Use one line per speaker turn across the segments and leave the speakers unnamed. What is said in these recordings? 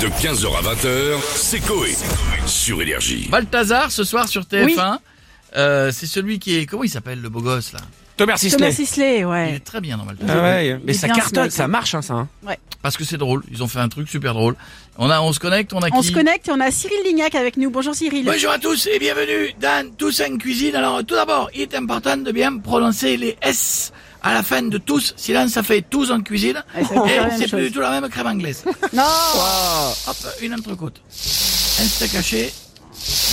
De 15h à 20h, c'est Coé. Sur Énergie.
Balthazar, ce soir sur TF1,
Oui.
euh, c'est celui qui est. Comment il s'appelle le beau gosse là
Thomas
Thomas
Sisley.
Sisley,
Il
ouais.
est très bien dans Balthazar.
Ah ouais, mais
est
ça
bien, ce
cartonne,
mec.
ça marche hein, ça. hein.
Parce que c'est drôle, ils ont fait un truc super drôle. On, a, on se connecte, on a
On
qui
se connecte et on a Cyril Lignac avec nous. Bonjour Cyril.
Bonjour à tous et bienvenue dans Toussaint Cuisine. Alors tout d'abord, il est important de bien prononcer les S à la fin de tous, sinon ça fait tous en cuisine.
Ouais, ça veut dire la
et
même
c'est plus
chose.
du tout la même crème anglaise.
Non
Hop, une entrecôte. Un steak haché.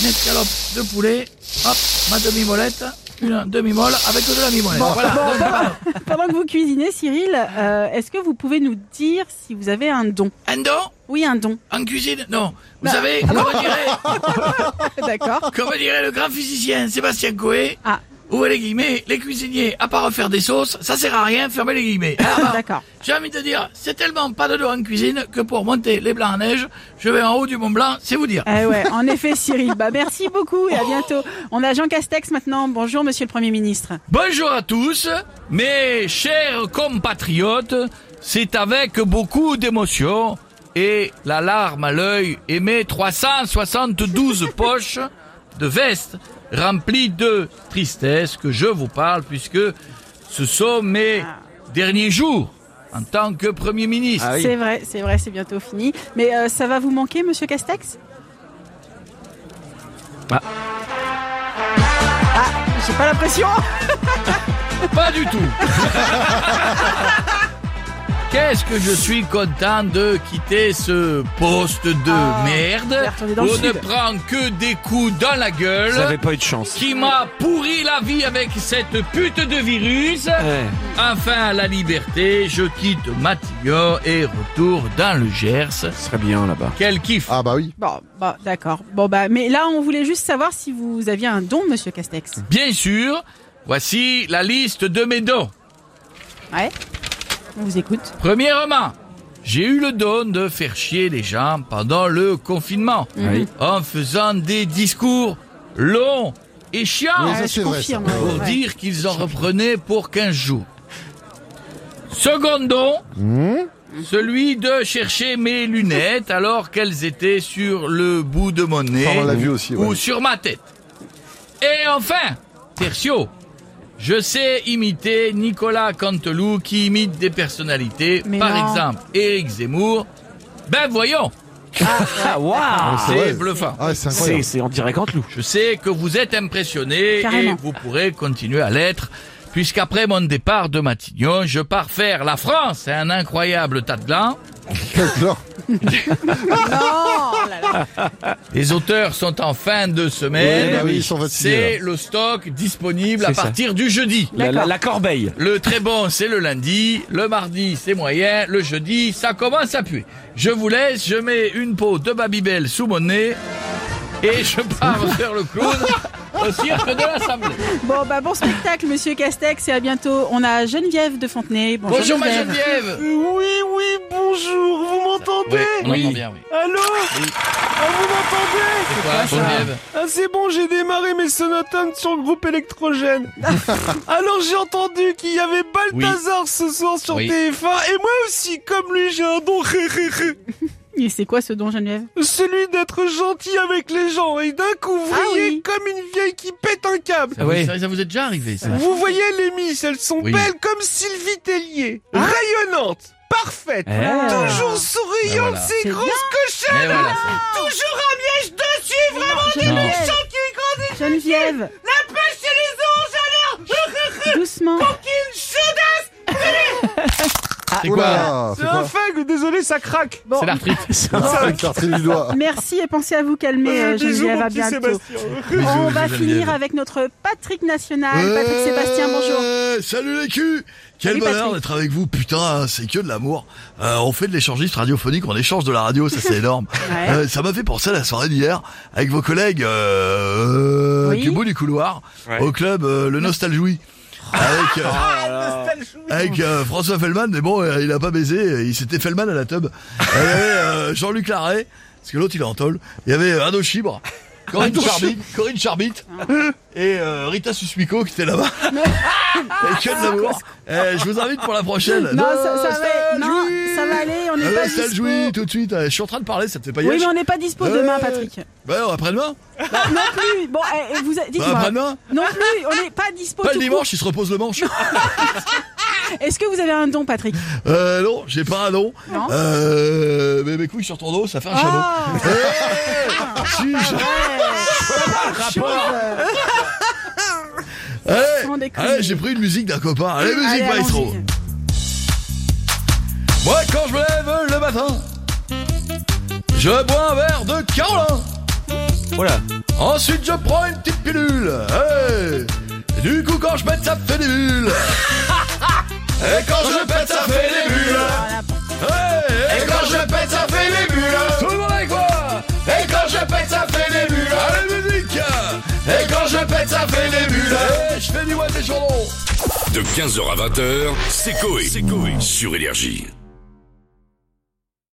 Une escalope de poulet. Hop, ma demi-molette. Une demi-molle avec de la mimolette. voilà. Donc, pardon.
Pendant que vous cuisinez, Cyril, euh, est-ce que vous pouvez nous dire si vous avez un don
Un don
Oui, un don.
en cuisine Non.
Bah,
Vous savez, comment dirait,
D'accord.
comment dirait le grand physicien Sébastien Coé
Ah.
Ouvrez les guillemets, les cuisiniers, à part refaire des sauces, ça sert à rien, fermez les guillemets. Alors,
D'accord.
J'ai envie de dire, c'est tellement pas de dos en cuisine que pour monter les blancs en neige, je vais en haut du Mont Blanc, c'est vous dire.
Eh ouais, en effet, Cyril. Bah, merci beaucoup et à bientôt. On a Jean Castex maintenant. Bonjour, monsieur le Premier ministre.
Bonjour à tous, mes chers compatriotes, c'est avec beaucoup d'émotion et la larme à l'œil et mes 372 poches de veste remplies de tristesse que je vous parle puisque ce sont mes derniers jours en tant que Premier ministre.
Ah oui.
C'est vrai, c'est vrai, c'est bientôt fini. Mais euh, ça va vous manquer, monsieur Castex
Ah.
Ah, j'ai pas l'impression.
Pas du tout. Qu'est-ce que je suis content de quitter ce poste de
Ah, vous allez
merde
retourner dans
où
le
on ne
sud.
prend que des coups dans la
Vous avez
gueule
pas eu de chance.
qui m'a pourri la vie avec cette pute de virus.
Ouais.
Enfin, la liberté, je quitte Matignon et retour dans le Gers.
Ce serait bien là-bas.
Quel kiff
Ah bah oui.
Bon, bah, d'accord. Bon, bah, mais là, on voulait juste savoir si vous aviez un don, monsieur Castex.
Bien sûr, voici la liste de mes dons.
Mm.
Ouais. On vous écoute.
Premièrement, j'ai eu le don de faire chier les gens pendant le confinement
Oui.
en faisant des discours longs et chiants
Ah, ça,
Euh, je
c'est vrai,
confirme.
ça.
ouais,
pour
ouais.
dire qu'ils en reprenaient pour 15 jours. Second don,
Hmm?
celui de chercher mes lunettes alors qu'elles étaient sur le bout de mon nez
Ça, on l'a vu aussi,
ou
ouais.
sur ma tête. Et enfin, tertio, je sais imiter Nicolas Canteloup qui imite des personnalités,
Mais
par
non.
exemple Éric Zemmour. Ben voyons,
Ah waouh
C'est vrai.
c'est bluffant.
Ah, c'est
C'est
incroyable.
c'est on dirait Canteloup.
Je sais que vous êtes impressionnés
Carrément.
et vous pourrez continuer à l'être. Puisqu'après mon départ de Matignon, je pars faire la France à un incroyable tas de glands.
Quel clan.
Non, Oh, là, là.
Les auteurs sont en fin de semaine.
Ouais, bah oui, ils sont vacillés,
C'est le stock disponible à
C'est ça.
partir du jeudi.
La, la- la corbeille.
Le très bon, c'est le lundi. Le mardi, c'est moyen. Le jeudi, ça commence à puer. Je vous laisse. Je mets une peau de Babybel sous mon nez. Et je pars faire le clown au cirque de l'Assemblée.
Bon, bah, bon spectacle, monsieur Castex, et à bientôt. On a Geneviève de Fontenay. Bonjour,
Bonjour, ma
Geneviève.
Geneviève.
Oui, oui, bonjour, vous
Oui,
m'entendez
on entend bien, oui.
Allô Ah, vous m'entendez
C'est quoi, Geneviève
Ah, c'est bon, j'ai démarré mes sonotones sur le groupe électrogène. Alors j'ai entendu qu'il y avait Balthazar ce soir sur
Oui.
TF1, et moi aussi, comme lui, j'ai un don, ré, ré, ré.
Et c'est quoi ce don, Geneviève
celui d'être gentil avec les gens, et d'un coup, vous
Ah
riez
oui.
comme une vieille qui pète un câble.
Ça vous,
Oui.
ça- ça vous est déjà arrivé, ça
Vous voyez les miss, elles sont
Oui. Ah.
belles comme Sylvie Tellier, rayonnantes, parfaites,
Ah.
toujours
Ben
souriantes,
Eh. voilà.
ces
C'est
grosses cochonnes
Mais voilà, ça.
Toujours un miège dessus, vraiment
Geneviève,
qui grandit
Geneviève,
La pêche chez les anges, alors
doucement.
Une chaudasse
C'est
Ah, Oula, c'est
C'est
quoi
un fag, désolé, ça craque
Bon,
C'est l'arthrite.
C'est une tartine du doigt.
merci et pensez à vous calmer, euh,
Bisous,
Geneviève.
mon
À
petit
bientôt.
Sébastien
On va
Geneviève.
finir avec notre Patrick National. Patrick Sébastien, bonjour.
Euh, Salut les culs Quel
Salut,
bonheur
Patrick.
d'être avec vous, putain, hein, c'est que de l'amour. Euh, on fait de l'échangiste radiophonique, on échange de la radio, ça c'est énorme.
Ouais.
Euh, ça m'a fait penser à la soirée d'hier avec vos collègues euh,
Oui.
du bout du couloir au club euh, Le Nostalgie. Avec, euh,
Oh.
avec euh, François Fellman, mais bon, euh, il a pas baisé, euh, il s'était Fellman à la tub. Euh, il y avait euh, Jean-Luc Larrey, parce que l'autre il est en tôle. Il y avait euh, Arnaud Chibre, Corinne Charbit, Corinne Charbit,
Ah.
et euh, Rita Susmico qui était là-bas. et que de l'amour. Euh, je vous invite pour la prochaine.
Ah, Non, ça, ça va, non,
Nostalgie.
ça va aller, on on n'est
Ah,
pas
Nostalgie,
dispo.
tout de suite. euh, Je suis en train de parler, ça te fait pas
Oui,
yèche
mais on n'est pas dispo demain,
Ouais.
Patrick.
Bah, après-demain
Bah, non plus. Bon, eh, vous
Bah,
dites-moi.
après-demain
non plus, on n'est pas dispo.
Pas
tout
le dimanche, il se repose le manche.
court. Est-ce que vous avez un don, Patrick
Euh, non, j'ai pas un nom.
Non.
Euh, mais mes couilles sur ton dos, ça fait un chameau.
Ah,
Si, je-
on
Allez,
déconne.
allez, Ah, j'ai pris une musique d'un copain. Allez, musique
allez,
maestro.
allons-y.
Moi, quand je me lève le matin, je bois un verre de Carolin.
Voilà.
Ensuite, je prends une petite pilule. Hey. Et du coup, quand je pète, ça fait des bulles. Et quand je pète, ça fait des bulles. Hey. Et quand je pète, ça fait des bulles. Tout le monde avec moi. Et quand je pète, ça fait des bulles. Allez, musique. Et quand je pète, ça fait des bulles. Hey, je fais du what des journaux.
De 15h à 20h, c'est Coé sur Énergie.